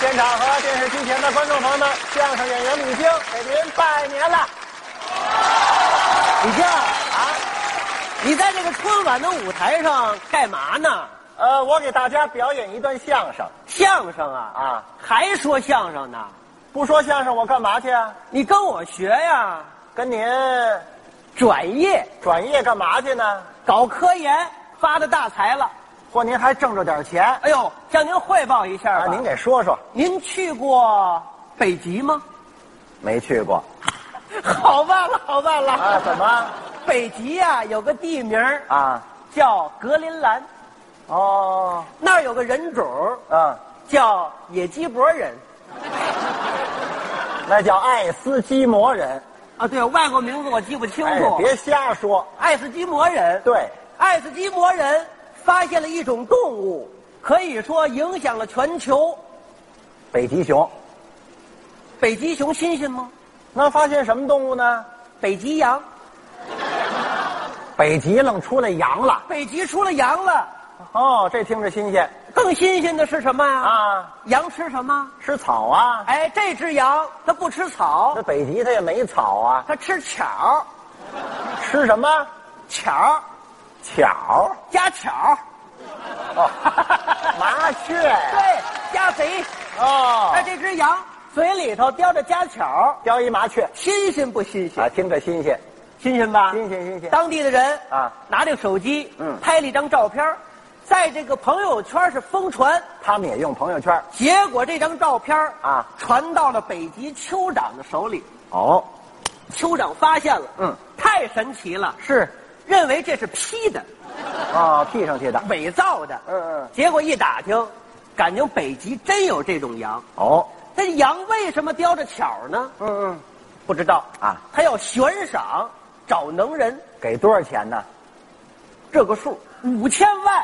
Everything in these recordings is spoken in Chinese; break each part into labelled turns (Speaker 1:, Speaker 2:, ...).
Speaker 1: 现场和电视机前的观众朋友们，相声演员李菁给您拜年了。
Speaker 2: 李静，
Speaker 1: 啊，
Speaker 2: 你在这个春晚的舞台上干嘛呢？
Speaker 1: 呃，我给大家表演一段相声
Speaker 2: 相声啊
Speaker 1: 啊，
Speaker 2: 还说相声呢？
Speaker 1: 不说相声我干嘛去啊？
Speaker 2: 你跟我学呀，
Speaker 1: 跟您
Speaker 2: 转业
Speaker 1: 转业干嘛去呢？
Speaker 2: 搞科研，发的大财了。
Speaker 1: 或您还挣着点钱
Speaker 2: 哎呦，向您汇报一下
Speaker 1: 啊？
Speaker 2: 吧。
Speaker 1: 您给说说，
Speaker 2: 您去过北极吗？
Speaker 1: 没去过
Speaker 2: 好办了，好办了。
Speaker 1: 啊？怎么
Speaker 2: 北极呀、有个地名儿
Speaker 1: 啊？
Speaker 2: 叫格林兰，
Speaker 1: 哦，
Speaker 2: 那儿有个人种儿
Speaker 1: 嗯，
Speaker 2: 叫野鸡脖人
Speaker 1: 那叫爱斯基摩人。
Speaker 2: 啊，对，外国名字我记不清
Speaker 1: 哎
Speaker 2: 楚。，
Speaker 1: 别瞎说。
Speaker 2: 爱斯基摩人，
Speaker 1: 对，
Speaker 2: 爱斯基摩人发现了一种动物，可以说影响了全球。
Speaker 1: 北极熊。
Speaker 2: 北极熊新鲜吗？
Speaker 1: 那发现什么动物呢？
Speaker 2: 北极羊，
Speaker 1: 北极愣出来羊了。
Speaker 2: 北极出了羊了。
Speaker 1: 哦，这听着新鲜
Speaker 2: 更新鲜的是什么呀？，
Speaker 1: 啊！
Speaker 2: 羊吃什么？
Speaker 1: 吃草啊？
Speaker 2: 哎，这只羊它不吃草
Speaker 1: 那，北极它也没草啊，
Speaker 2: 它吃巧
Speaker 1: 吃什么？
Speaker 2: 巧
Speaker 1: 巧
Speaker 2: 加巧，
Speaker 1: 哦， 麻雀
Speaker 2: 对，加贼。
Speaker 1: 哦
Speaker 2: 哎，这只羊嘴里头叼着家巧，
Speaker 1: 叼一麻雀
Speaker 2: 新鲜不新鲜？
Speaker 1: 啊，听着新鲜，
Speaker 2: 新鲜吧？
Speaker 1: 新鲜新鲜。
Speaker 2: 当地的人
Speaker 1: 啊，
Speaker 2: 拿这个手机，
Speaker 1: 嗯
Speaker 2: 拍了一张照片儿，在这个朋友圈是疯传。
Speaker 1: 他们也用朋友圈
Speaker 2: 结果这张照片儿
Speaker 1: 啊
Speaker 2: 传到了北极酋长的手里，
Speaker 1: 哦，
Speaker 2: 酋长发现了，
Speaker 1: 嗯，
Speaker 2: 太神奇了，
Speaker 1: 是
Speaker 2: 认为这是 P 的、
Speaker 1: 啊，P 上去的
Speaker 2: 伪造的，
Speaker 1: 嗯嗯
Speaker 2: 结果一打听，感情北极真有这种羊，
Speaker 1: 哦，
Speaker 2: 这羊为什么叼着巧儿呢？
Speaker 1: 嗯嗯，
Speaker 2: 不知道
Speaker 1: 啊，
Speaker 2: 他要悬赏找能人，
Speaker 1: 给多少钱呢？
Speaker 2: 这个数五千万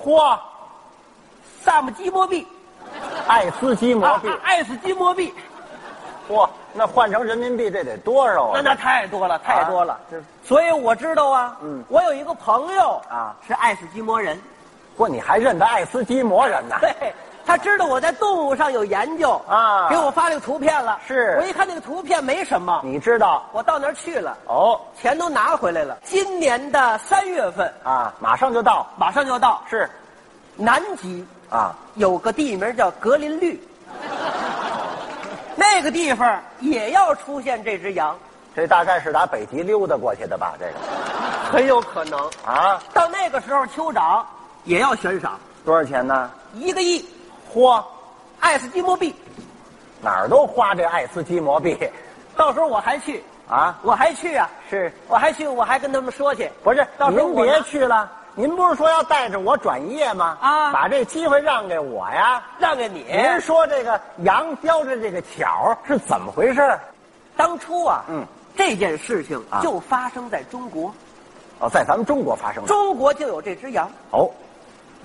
Speaker 1: 嚯，
Speaker 2: 萨姆基摩币，
Speaker 1: 爱斯基摩币
Speaker 2: 啊啊爱斯基摩币，
Speaker 1: 嚯，那换成人民币这得多少
Speaker 2: 那
Speaker 1: 啊？
Speaker 2: 那太多了，太多了。
Speaker 1: 是
Speaker 2: 所以我知道啊，
Speaker 1: 嗯
Speaker 2: 我有一个朋友
Speaker 1: 啊
Speaker 2: 是爱斯基摩人，
Speaker 1: 嚯，你还认得爱斯基摩人呢？
Speaker 2: 对，他知道我在动物上有研究
Speaker 1: 啊
Speaker 2: 给我发这个图片了。
Speaker 1: 是
Speaker 2: 我一看那个图片没什么，
Speaker 1: 你知道
Speaker 2: 我到那儿去了，
Speaker 1: 哦
Speaker 2: 钱都拿回来了。今年的三月份
Speaker 1: 啊，马上就到
Speaker 2: 马上就到
Speaker 1: 是
Speaker 2: 南极，
Speaker 1: 啊，
Speaker 2: 有个地名叫格林绿， 那个地方也要出现这只羊，
Speaker 1: 这大概是打北极溜达过去的吧？这个
Speaker 2: 很有可能。
Speaker 1: 啊，
Speaker 2: 到那个时候，酋长也要悬赏
Speaker 1: 多少钱呢？
Speaker 2: 一个亿
Speaker 1: 嚯，
Speaker 2: 爱斯基摩币。
Speaker 1: 哪儿都花这爱斯基摩币
Speaker 2: 到时候我还去，
Speaker 1: 啊！
Speaker 2: 我还去啊，
Speaker 1: 是
Speaker 2: 我还去，我还跟他们说去。
Speaker 1: 不是？
Speaker 2: 到时候
Speaker 1: 您
Speaker 2: 我
Speaker 1: 别
Speaker 2: 拿
Speaker 1: 去了，您不是说要带着我转业吗？
Speaker 2: 啊
Speaker 1: 把这机会让给我呀！
Speaker 2: 让给你。
Speaker 1: 您说这个羊叼着这个巧是怎么回事？
Speaker 2: 当初啊，
Speaker 1: 嗯，
Speaker 2: 这件事情
Speaker 1: 啊
Speaker 2: 就发生在中国，
Speaker 1: 哦，在咱们中国发生的。
Speaker 2: 中国就有这只羊，
Speaker 1: 哦，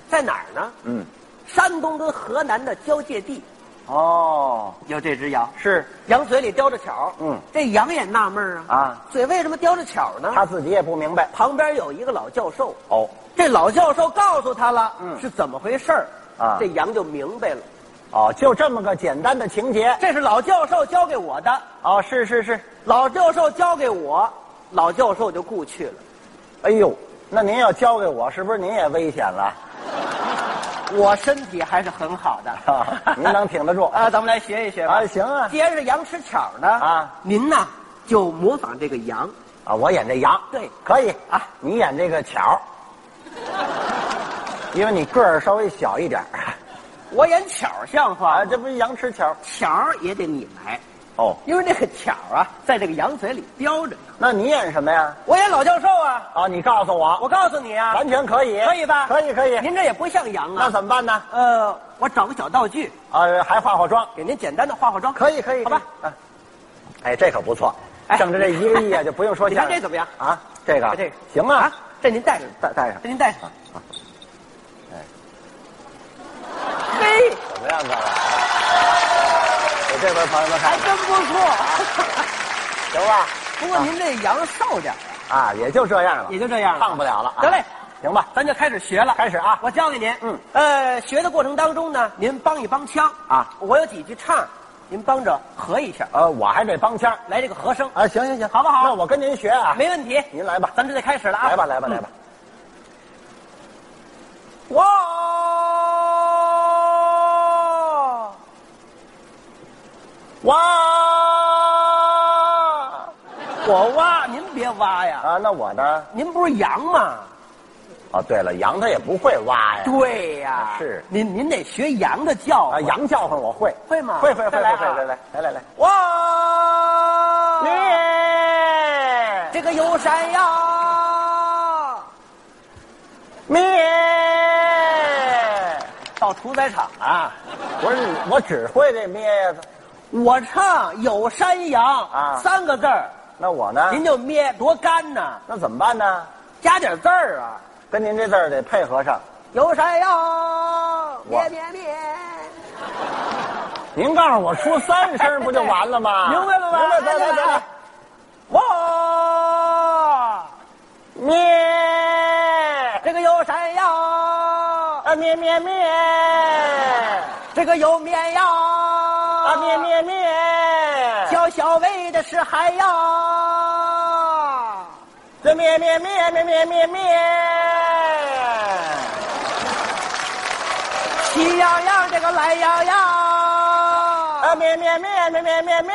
Speaker 2: 在哪儿呢？
Speaker 1: 嗯，
Speaker 2: 山东跟河南的交界地
Speaker 1: 哦，
Speaker 2: 有这只羊，
Speaker 1: 是
Speaker 2: 羊嘴里叼着巧，
Speaker 1: 嗯，
Speaker 2: 这羊也纳闷啊，
Speaker 1: 啊，
Speaker 2: 嘴为什么叼着巧呢？
Speaker 1: 他自己也不明白。
Speaker 2: 旁边有一个老教授，
Speaker 1: 哦，
Speaker 2: 这老教授告诉他了，
Speaker 1: 嗯
Speaker 2: 是怎么回事儿
Speaker 1: 啊
Speaker 2: 这羊就明白了，
Speaker 1: 哦，就这么个简单的情节。
Speaker 2: 这是老教授教给我的，
Speaker 1: 哦，是是是。
Speaker 2: 老教授教给我，老教授就故去了。
Speaker 1: 哎呦，那您要交给我，是不是您也危险了？
Speaker 2: 我身体还是很好的，
Speaker 1: 啊 您能挺得住
Speaker 2: 啊？咱们来学一学吧。
Speaker 1: 啊行啊
Speaker 2: 既然是羊吃巧呢，
Speaker 1: 啊，
Speaker 2: 您呐就模仿这个羊，
Speaker 1: 啊，我演这羊，
Speaker 2: 对
Speaker 1: 可以
Speaker 2: 啊
Speaker 1: 你演这个巧，因为你个儿稍微小一点儿
Speaker 2: 我演巧像话
Speaker 1: 啊，
Speaker 2: 吗，
Speaker 1: 这不是羊吃巧
Speaker 2: 巧也得你来，
Speaker 1: 哦？
Speaker 2: 因为这个巧啊，在这个羊嘴里叼着呢。
Speaker 1: 那你演什么呀？
Speaker 2: 我演老教授啊，
Speaker 1: 啊，你告诉我，
Speaker 2: 我告诉你啊，
Speaker 1: 完全可以，
Speaker 2: 可以吧？
Speaker 1: 可以可以。
Speaker 2: 您这也不像羊
Speaker 1: 那
Speaker 2: 啊。
Speaker 1: 怎么办呢？
Speaker 2: 呃，我找个小道具，
Speaker 1: 啊，还化化妆，
Speaker 2: 给您简单的化化妆。
Speaker 1: 可以可以，
Speaker 2: 好吧
Speaker 1: 可以。啊哎，这可不错，
Speaker 2: 哎
Speaker 1: 挣着这一个亿啊，就不用说
Speaker 2: 你
Speaker 1: 相
Speaker 2: 看
Speaker 1: 声
Speaker 2: 这怎么样？
Speaker 1: 啊，这个
Speaker 2: 这个
Speaker 1: 行啊，，
Speaker 2: 这您带着，
Speaker 1: 带带上
Speaker 2: 这您带上。
Speaker 1: 啊哎
Speaker 2: 嘿，
Speaker 1: 怎么样，各位？给这边朋友们看
Speaker 2: 还，真不错。
Speaker 1: 行吧？
Speaker 2: 不过您这羊瘦点儿，
Speaker 1: 啊，也就这样了，
Speaker 2: 也就这样了。
Speaker 1: 胖不了了啊
Speaker 2: 得嘞，
Speaker 1: 行吧，
Speaker 2: 咱就开始学了。
Speaker 1: 开始啊
Speaker 2: 我教给您。
Speaker 1: 嗯，
Speaker 2: 呃，学的过程当中呢，您帮一帮腔
Speaker 1: 啊
Speaker 2: 我有几句唱，您帮着和一下，
Speaker 1: 呃，我还得帮腔儿。
Speaker 2: 来这个和声，
Speaker 1: 啊，行行行，
Speaker 2: 好不好
Speaker 1: 那我跟您学啊，
Speaker 2: 没问题。
Speaker 1: 您来吧，
Speaker 2: 咱们这就开始了啊！
Speaker 1: 来吧，来吧，
Speaker 2: 嗯
Speaker 1: 来吧。。
Speaker 2: 哇
Speaker 1: 哇
Speaker 2: 我挖，您别挖呀！
Speaker 1: 啊，那我呢？
Speaker 2: 您不是羊吗？
Speaker 1: 哦，对了，羊它也不会哇呀。
Speaker 2: 对呀，
Speaker 1: 哎是
Speaker 2: 您您得学羊的叫
Speaker 1: 啊，
Speaker 2: 唤
Speaker 1: 羊叫唤我会，
Speaker 2: 会吗？
Speaker 1: 会会会会
Speaker 2: 再来啊
Speaker 1: 会，来来来来来。
Speaker 2: 哇！
Speaker 1: 咩
Speaker 2: 这个有山呀，
Speaker 1: 咩
Speaker 2: 到屠宰场，
Speaker 1: 啊！我只我只会这咩呀，
Speaker 2: 我唱有山羊
Speaker 1: 啊
Speaker 2: 三个字儿，
Speaker 1: 那我呢？
Speaker 2: 您就咩多干呐，
Speaker 1: 那怎么办呢？
Speaker 2: 加点字儿啊。
Speaker 1: 跟您这字儿得配合上。
Speaker 2: 有山羊，
Speaker 1: 我
Speaker 2: 咩咩咩，
Speaker 1: 您告诉我说三声不就完了吗？
Speaker 2: 明白了吧？
Speaker 1: 明白，来来来来。
Speaker 2: 哇！
Speaker 1: 咩
Speaker 2: 这个有山羊，
Speaker 1: 啊咩咩咩
Speaker 2: 这个有绵羊，
Speaker 1: 啊
Speaker 2: 啊
Speaker 1: 咩咩咩，
Speaker 2: 小小喂的是海洋。
Speaker 1: 这咩咩咩咩咩咩咩，
Speaker 2: 喜羊羊这个懒羊羊，
Speaker 1: 啊咩咩咩咩咩咩咩，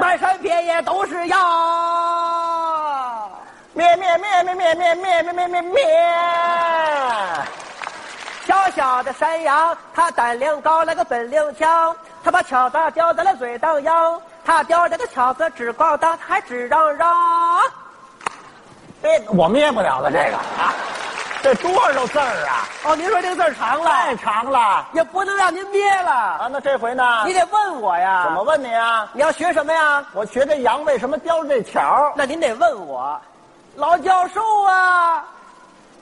Speaker 2: 满山遍野都是羊。
Speaker 1: 咩咩咩咩咩咩咩咩咩咩咩，
Speaker 2: 小小的山羊，它胆量高，那个本领强，它把巧子叼在了嘴当央，它叼着个巧子直咣当，它还直嚷嚷。
Speaker 1: 这哎我灭不了了这个啊，这多少字儿啊，
Speaker 2: 哦，您说这个字儿长
Speaker 1: 太
Speaker 2: 了，
Speaker 1: 长了
Speaker 2: 也不能让您憋了，
Speaker 1: 啊！那这回呢
Speaker 2: 你？得问我呀。
Speaker 1: 怎么？问你啊？
Speaker 2: 你要学什么呀？
Speaker 1: 我学这羊为什么叼这巧儿？
Speaker 2: 那您得问我，老教授啊，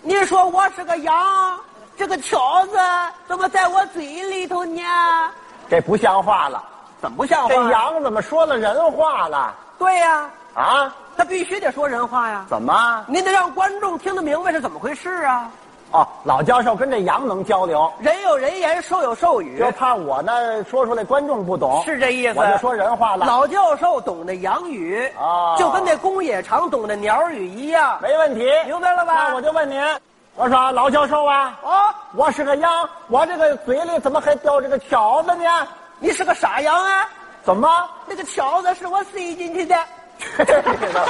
Speaker 2: 您说我是个羊，这个条子怎么在我嘴里头呢？
Speaker 1: 这不像话了。
Speaker 2: 怎么不像
Speaker 1: 这
Speaker 2: 这羊
Speaker 1: 羊怎么说了人话了
Speaker 2: 对呀、
Speaker 1: 啊？
Speaker 2: 他必须得说人话呀，
Speaker 1: 怎么？
Speaker 2: 您得让观众听得明白是怎么回事啊。
Speaker 1: 哦，老教授跟这羊能交流，
Speaker 2: 人有人言，兽有兽语
Speaker 1: 就，怕我呢说出来观众不懂，
Speaker 2: 是这意思。
Speaker 1: 我就说人话了，
Speaker 2: 老教授懂得洋语
Speaker 1: 哦
Speaker 2: 就跟那公野长懂得鸟语一样，
Speaker 1: 没问题，
Speaker 2: 明白了吧？
Speaker 1: 那我就问您，我说老教授啊，
Speaker 2: 哦，
Speaker 1: 我是个羊，我这个嘴里怎么还叼着个条子呢？
Speaker 2: 你是个傻羊啊！
Speaker 1: 怎么？
Speaker 2: 那个条子是我塞进去的。
Speaker 1: 去你的吧！